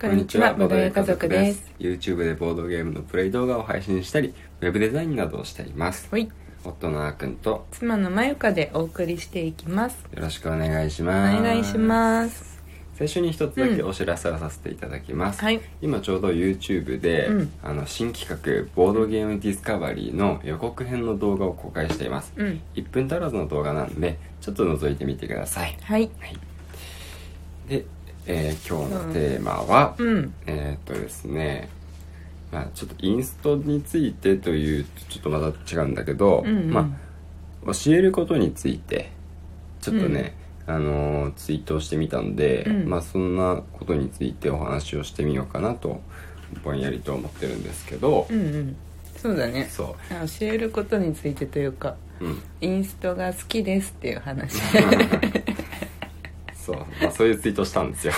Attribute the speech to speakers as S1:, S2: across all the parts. S1: こんにちは、ボードゲーム家族です。。
S2: YouTube でボードゲームのプレイ動画を配信したり、ウェブデザインなどをしています。
S1: はい、
S2: 夫のあーくんと
S1: 妻のまゆかでお送りしていきます。
S2: よろしくお願いし
S1: お
S2: ます。
S1: 願いします。
S2: す。最初に一つだけお知らせをさせていただきます。
S1: はい、
S2: 今ちょうど YouTube で、
S1: うん
S2: あの新企画ボードゲームディスカバリーの予告編の動画を公開しています。
S1: うん、
S2: 1分足らずの動画なんで、ちょっと覗いてみてください。
S1: はい、
S2: はい。で、えー今日のテーマは、
S1: うん、
S2: えーっとですね、まあ、ちょっとインストについてというとちょっとまた違うんだけど、
S1: うんうん
S2: まあ、教えることについてちょっとね、あのーツイートをしてみたんで、
S1: うん
S2: まあ、そんなことについてお話をしてみようかなとぼんやりと思ってるんですけど、
S1: うん、うん、そうだね。
S2: そ
S1: あ教えることについてというか、
S2: う、うん、
S1: インストが好きですっていう話。
S2: そう、まあ、そういうツイートしたん ですよ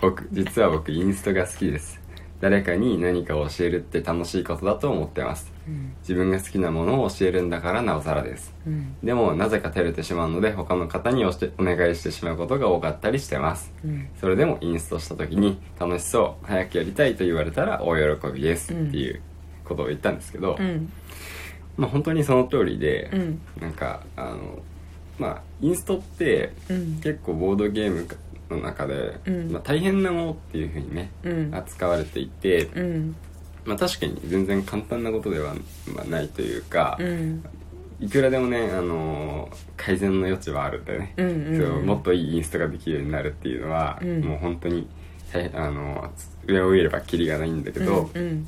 S2: 僕実は僕インストが好きです誰かに何かを教えるって楽しいことだと思ってます
S1: うん、
S2: 自分が好きなものを教えるんだからなおさらです
S1: うん、
S2: でもなぜか照れてしまうので他の方におしてお願いしてしまうことが多かったりしてます
S1: うん、
S2: それでもインストした時に楽しそう早くやりたいと言われたら大喜びです
S1: うん
S2: っていうことを言ったんですけど、
S1: うん、
S2: まあ本当にその通りで、
S1: うん、
S2: なんかあのまあインストって
S1: うん、
S2: 結構ボードゲームの中で、
S1: うん
S2: まあ、大変なものっていうふうにね
S1: うん、
S2: 扱われていて、
S1: うん、
S2: まあ、確かに全然簡単なことでは、まあないというか、
S1: うん、
S2: いくらでもね、あのー改善の余地はあるんだよね、
S1: うんうんうん
S2: そうもっといいインストができるようになるっていうのは、
S1: うん
S2: もう本当に大あのー上を見ればキリがないんだけど、
S1: うん、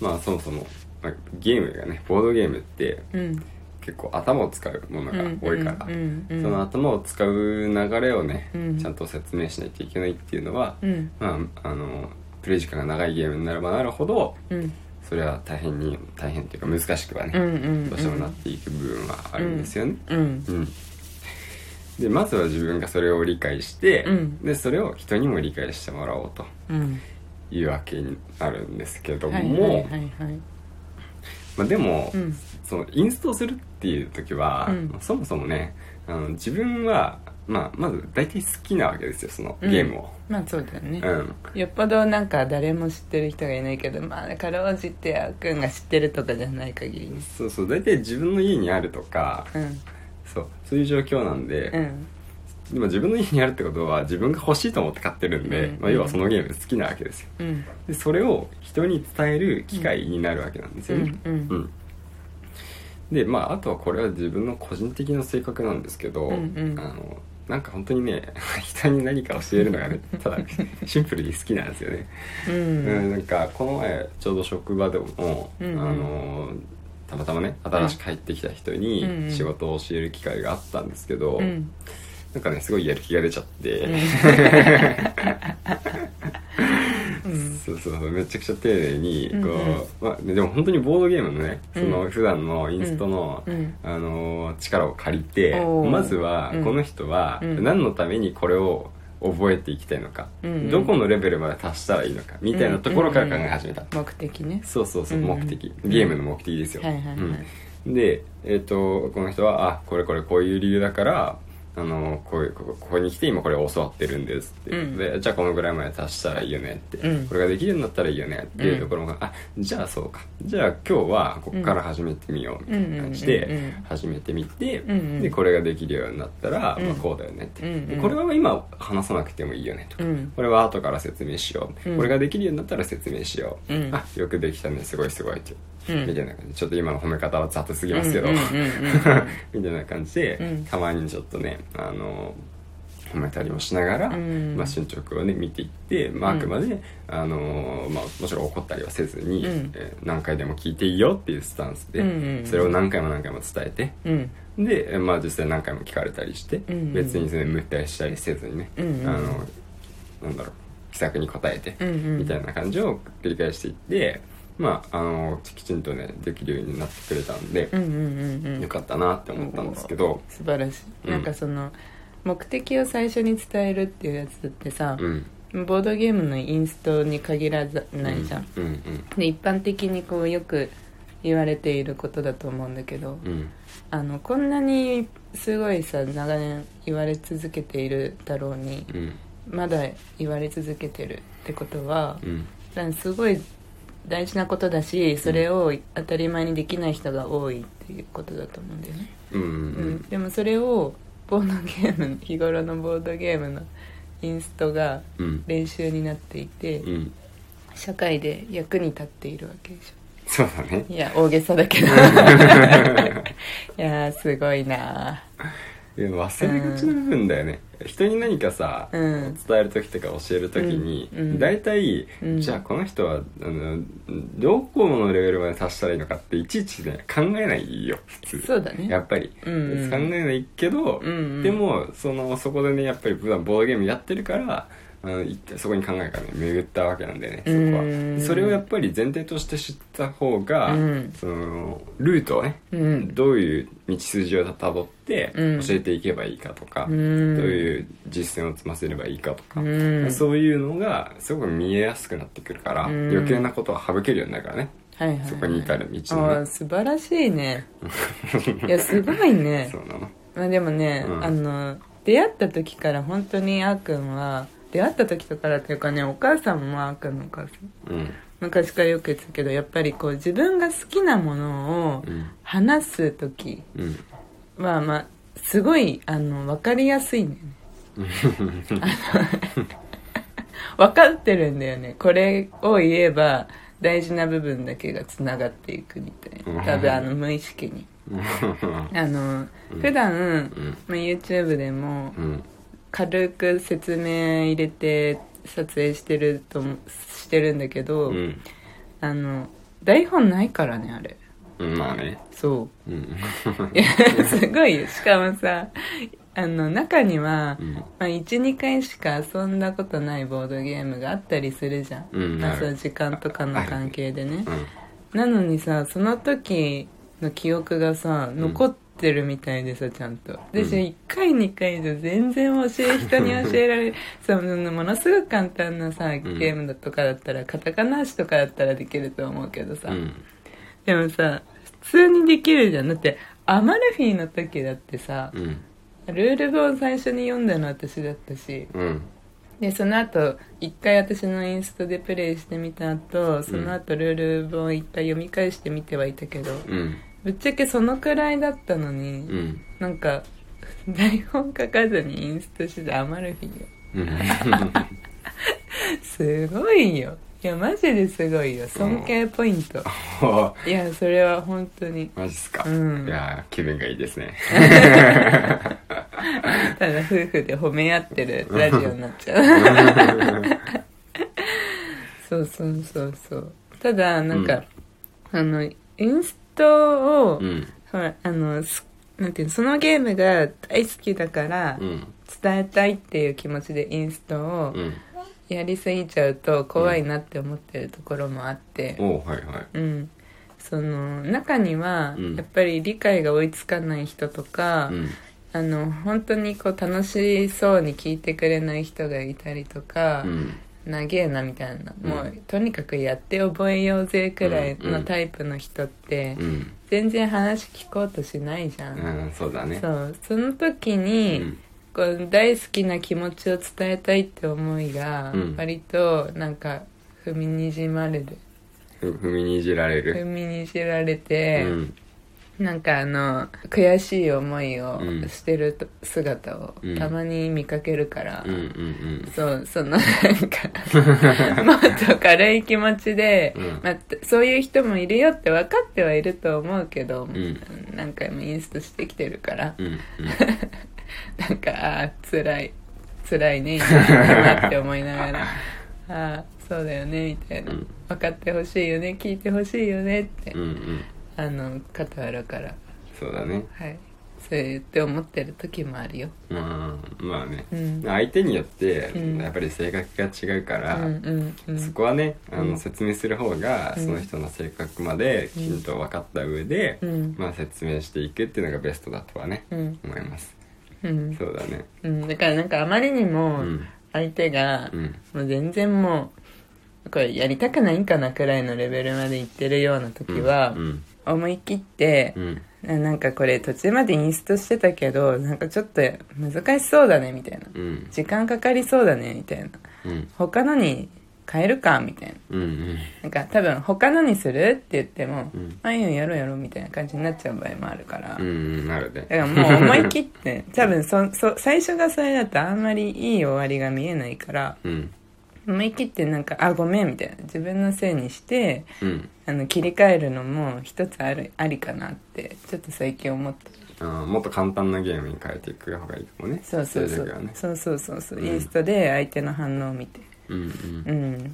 S2: まあそもそも、まあゲームがねボードゲームって
S1: うん、
S2: 結構頭を使うものが多いから、
S1: うん、うん、
S2: その頭を使う流れをね、
S1: うん
S2: ちゃんと説明しないといけないっていうのは、
S1: うん、
S2: まああのープレイ時間が長いゲームになればなるほど
S1: うん、
S2: それは大変に大変というか難しくはね、
S1: うん、うん、
S2: どうしてもなっていく部分はあるんですよね、
S1: うん、
S2: うん、でまずは自分がそれを理解して、
S1: うん
S2: でそれを人にも理解してもらおうと
S1: うん、
S2: いうわけになるんですけども、
S1: はいはいはいはい
S2: まあ、でも、
S1: うん
S2: そのインストをするっていう時は、
S1: うん
S2: そもそもねあの自分は、まあ、まず大体好きなわけですよその
S1: うん
S2: ゲームを。
S1: まあそうだよね、
S2: うん
S1: よっぽどなんか誰も知ってる人がいないけどまあかろうじてあーくんが知ってるとかじゃない限りね
S2: そうそう大体自分の家にあるとか
S1: うん
S2: そうそういう状況なんで、
S1: うん
S2: でも自分の家にあるってことは自分が欲しいと思って買ってるんで、
S1: うん
S2: まあ、要はそのゲーム好きなわけですよ
S1: うん
S2: でそれを人に伝える機会になるわけなんです
S1: う
S2: よね
S1: ん、うん
S2: うんでまああとはこれは自分の個人的な性格なんですけど、
S1: うんうん
S2: あのなんか本当にね 人に何か教えるのがね ただシンプルに好きなんですよね、
S1: う
S2: うん
S1: ん
S2: なんかこの前ちょうど職場でも、
S1: うんうん
S2: あのたまたまね新しく入ってきた人
S1: うんうん
S2: に仕事を教える機会があったんですけど、
S1: うん
S2: なんかねすごいやる気が出ちゃって、そうそうそうめちゃくちゃ丁寧にこう、
S1: うんうん
S2: まあ、でも本当にボードゲームのねそ
S1: うん
S2: の普段のインストの、
S1: うん
S2: あのー力を借りて
S1: おー
S2: まずは
S1: うん
S2: この人は
S1: うん
S2: 何のためにこれを覚えていきたいのか、
S1: うんうん
S2: どこのレベルまで達したらいいのかみたいなところから考え始めた、
S1: 目的ね
S2: そうそうそう
S1: うんうん
S2: 目的ゲームの目的ですよ、
S1: はいはいはい
S2: うん、で、えっとこの人はあこれこれこういう理由だからあのこういうここここに来て今これを教わってるんですって、
S1: うん
S2: でじゃあこのぐらいまで達したらいいよねって、
S1: うん
S2: これができるようになったらいいよねっていうところが、あじゃあそうかじゃあ今日はここから始めてみようみたいな感じ
S1: うんうんうんう
S2: で
S1: ん
S2: 始めてみ
S1: ん
S2: て、
S1: うん
S2: でこれができるようになったら、
S1: うん
S2: まあ、こうだよねって、
S1: うんうん
S2: でこれは今話さなくてもいいよねとか、
S1: うん
S2: これは後から説明しよう、
S1: うん
S2: これができるようになったら説明しよう、
S1: うん
S2: あよくできたねすごいすごいって、
S1: うん
S2: みたいな感じちょっと今の褒め方は雑すぎますけど、
S1: うんうんうん
S2: みたいな感じで、
S1: うん
S2: たまにちょっとねあの褒めたりもしながら、
S1: うん
S2: まあ、進捗をね見ていって、まあ、
S1: うん
S2: あくまで、あのまあ、もちろん怒ったりはせずに、
S1: うん
S2: えー何回でも聞いていいよっていうスタンスで、
S1: うんうんうん
S2: それを何回も何回も伝えて、
S1: うん
S2: で、えーまあ、実際何回も聞かれたりして、
S1: うんうん
S2: 別にそれ無理やりしたりせずにね、
S1: うんうん
S2: あのなんだろう気さくに答えて、
S1: うんうん
S2: みたいな感じを繰り返していって、まあ、あのきちんとねできるようになってくれたんで
S1: う、んうんうんう
S2: よ
S1: ん
S2: かったなって思ったんですけど、
S1: 素晴らし
S2: う
S1: い
S2: ん
S1: なんかその目的を最初に伝えるっていうやつってさ
S2: うん、
S1: ボードゲームのインストに限らずないじゃん
S2: うんうん
S1: で一般的にこうよく言われていることだと思うんだけど、
S2: うん
S1: あのこんなにすごいさ長年言われ続けているだろうに
S2: うん
S1: まだ言われ続けてるってことは
S2: うん
S1: だからすごい大事なことだしそれを当たり前にできない人が多いっていうことだと思うんだよね、
S2: うんう
S1: うん
S2: ん、
S1: でもそれをボードゲーム日頃のボードゲームのインストが
S2: うんうん
S1: 練習になっていて、
S2: うん
S1: 社会で役に立っているわけでし
S2: そうだね
S1: ょいや大げさだ けどいやーすごいな
S2: でも忘れがちな部分だよね、人に何かさ、
S1: うん
S2: 伝える時とか教える時に、
S1: うんうん
S2: 大体、
S1: うん
S2: じゃあこの人はあのどこのレベルまで達したらいいのかっていちいちね考えないよ普通
S1: そうだね
S2: やっぱり、
S1: うんうん
S2: 考えないけど、
S1: うんうん
S2: でもそのそこでねやっぱり普段ボードゲームやってるからあのいそこに考えがね巡ったわけなんでねそこは、
S1: うん
S2: それをやっぱり前提として知った方が、
S1: うん
S2: そのルートをね、
S1: うん
S2: どういう道筋をたどって
S1: うん
S2: 教えていけばいいかとか、
S1: うん
S2: どういう実践を積ませればいいかとか、
S1: うん
S2: そういうのがすごく見えやすくなってくるから、
S1: うん
S2: 余計なことは省けるようになるからね
S1: はいはいはい、
S2: そこに至る道のね
S1: ああ素晴らしいねいやすごいね
S2: そうなの
S1: まあでもね、
S2: うん
S1: あの出会った時から本当にあーくんは出会った時とからっていうかねお母さんもあーくんのお母さん
S2: うん
S1: 昔からよく言ってたけどやっぱりこう自分が好きなものを
S2: うん
S1: 話す時
S2: うん
S1: はまあすごいあの分かりやすいねあの分かってるんだよねこれを言えば大事な部分だけがつながっていくみたいな多分あの無意識にあの普段、
S2: うん
S1: まあ、YouTube でも
S2: うん
S1: 軽く説明入れて撮影してるともしてるんだけど、
S2: うん
S1: あの台本ないからねあれ
S2: うんまあね
S1: そう
S2: うん
S1: いや すごいよしかもさあの中には、
S2: うん
S1: まあ、12回しか遊んだことないボードゲームがあったりするじゃん、
S2: うん
S1: まあ
S2: ある
S1: そう時間とかの関係でね
S2: うん
S1: なのにさその時の記憶がさ残ってるみたいでさちゃんとでし
S2: うん
S1: 1回2回じゃ全然教え人に教えら れそのものすごく簡単なさゲームだとかだったらカタカナ足とかだったらできると思うけどさ、
S2: うん
S1: でもさ普通にできるじゃんだってアマルフィの時だってさ
S2: うん
S1: ルール本最初に読んだの私だったし
S2: うん
S1: でその後一回私のインストでプレイしてみた後その後ルール本一回読み返してみてはいたけど、
S2: うん
S1: ぶっちゃけそのくらいだったのに、
S2: うん
S1: なんか台本書かずにインストしてたアマルフィよすごいよいやマジですごいよ尊敬ポイント、
S2: お
S1: いやそれは本当に
S2: マジっすか、
S1: うん
S2: いやー気分がいいですね
S1: ただ夫婦で褒め合ってるラジオになっちゃう そうそうそうそうただなんか、あのインストを、
S2: うん
S1: ほらあのすなんていうのそのゲームが大好きだから
S2: うん
S1: 伝えたいっていう気持ちでインストを
S2: うん
S1: やりすぎちゃうと怖いなって思ってるところもあって、
S2: おうはいは
S1: う
S2: い
S1: んその中には
S2: うん
S1: やっぱり理解が追いつかない人とか、
S2: うん
S1: あの本当にこう楽しそうに聞いてくれない人がいたりとか
S2: う、ん
S1: 長えなみたいな、
S2: うん
S1: もうとにかくやって覚えようぜくらい
S2: うんう
S1: の
S2: ん
S1: タイプの人って、
S2: うん
S1: 全然話聞こうとしないじゃん、
S2: うんそうだね
S1: そうその時
S2: う
S1: に、
S2: ん
S1: こう大好きな気持ちを伝えたいって思いが
S2: うん
S1: 割となんか踏みにじまれる、
S2: ふ踏みにじられ
S1: 踏
S2: る
S1: みにじられ
S2: う
S1: て、
S2: ん
S1: なんかあの悔しい思いを
S2: うん
S1: してると姿を
S2: うん
S1: たまに見かけるから、
S2: うんうん
S1: そうそのなんか もっと軽い気持ちで、
S2: うん
S1: まあ、そういう人もいるよって分かってはいると思うけど、
S2: ん
S1: 何回もインストしてきてるから、
S2: うんうん
S1: なんかああ辛い辛いね今なって思いながら ああそうだよねみたいな
S2: うん
S1: 分かってほしいよね聞いてほしいよねって、
S2: うんうん
S1: あの傍らから
S2: そうだね
S1: はいそう言って思ってる時もあるよ
S2: まあまあね
S1: うん
S2: 相手によって
S1: うん
S2: やっぱり性格が違うか
S1: う
S2: ら、
S1: んうんうん
S2: そこはねあ
S1: う
S2: の
S1: ん
S2: 説明する方が
S1: うん
S2: その人の性格まできちんと分かった上で、
S1: うん
S2: まあ、説明していくっていうのがベストだとはね
S1: うん
S2: 思います
S1: うん
S2: そうだね
S1: うんだからなんかあまりに
S2: う
S1: も
S2: ん
S1: 相手が
S2: うん
S1: もう全然もうこれやりたくないんかなくらいのレベルまでいってるような時は、
S2: うん
S1: 思い切って
S2: う、ん
S1: ななんかこれ途中までインストしてたけどなんかちょっと難しそうだねみたいな
S2: うん
S1: 時間かかりそうだねみたいな
S2: うん
S1: 他のに変えるかみたいな
S2: うんうん
S1: なんか多分他のにするって言っても、
S2: うん
S1: ああいうのやろうやろうみたいな感じになっちゃう場合もあるから、
S2: うんうんなるね
S1: だからもう思い切って多分そそ最初がそれだとあんまりいい終わりが見えないから
S2: うん
S1: 思い切ってなんか「あごめん」みたいな自分のせいにして
S2: うん
S1: あの切り替えるのも一つあるありかなってちょっと最近思った
S2: あーもっと簡単なゲームに変えていく方がいいかもね
S1: そうそうそ
S2: れだけは
S1: う
S2: ね
S1: そうそうそうそう
S2: うん
S1: インスタで相手の反応を見て
S2: うんうん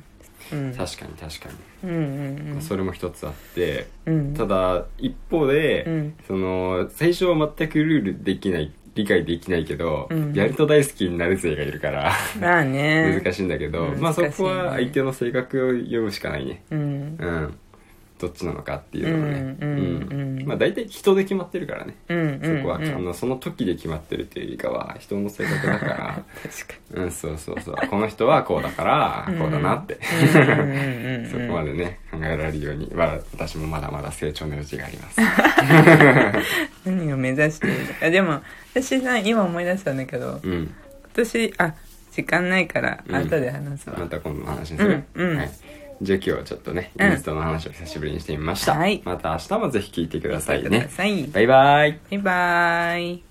S1: うんうん
S2: 確かに確かに、
S1: うんうん
S2: それも一つあって
S1: うん
S2: ただ一方で、
S1: うん
S2: その最初は全くルールできない理解できないけど、
S1: うん
S2: やると大好きになる勢がいるから
S1: まあね
S2: 難しいんだけど、
S1: うん
S2: まあそ
S1: 難しい
S2: こ
S1: ね
S2: は相手の性格を読むしかないね
S1: うん
S2: うんどっちなのかっていうのもね
S1: うんうんうん
S2: まあ大体人で決まってるからね
S1: うん
S2: そこは、
S1: うんうん
S2: あのその時で決まってるっていうよりかは人の性格 だから
S1: 確か
S2: うんそうそうそうこの人はこうだからこうだなって、
S1: にうんうんうん
S2: そこまでね考えられるように、まあ、私もまだまだ成長の余地があります。
S1: 何を目指しているのかでも私さ今思い出したんだけど
S2: うん、
S1: 今年あ時間ないから
S2: うん
S1: 後で話すわ、
S2: また今度の話にする、
S1: うんうん
S2: はい、じゃあ今日はちょっとねイ
S1: うん
S2: ンスタの話を久しぶりにしてみました、
S1: はい
S2: また明日もぜひ聞いてください
S1: くだ
S2: ね
S1: さい、
S2: バイバイ
S1: バイバーイ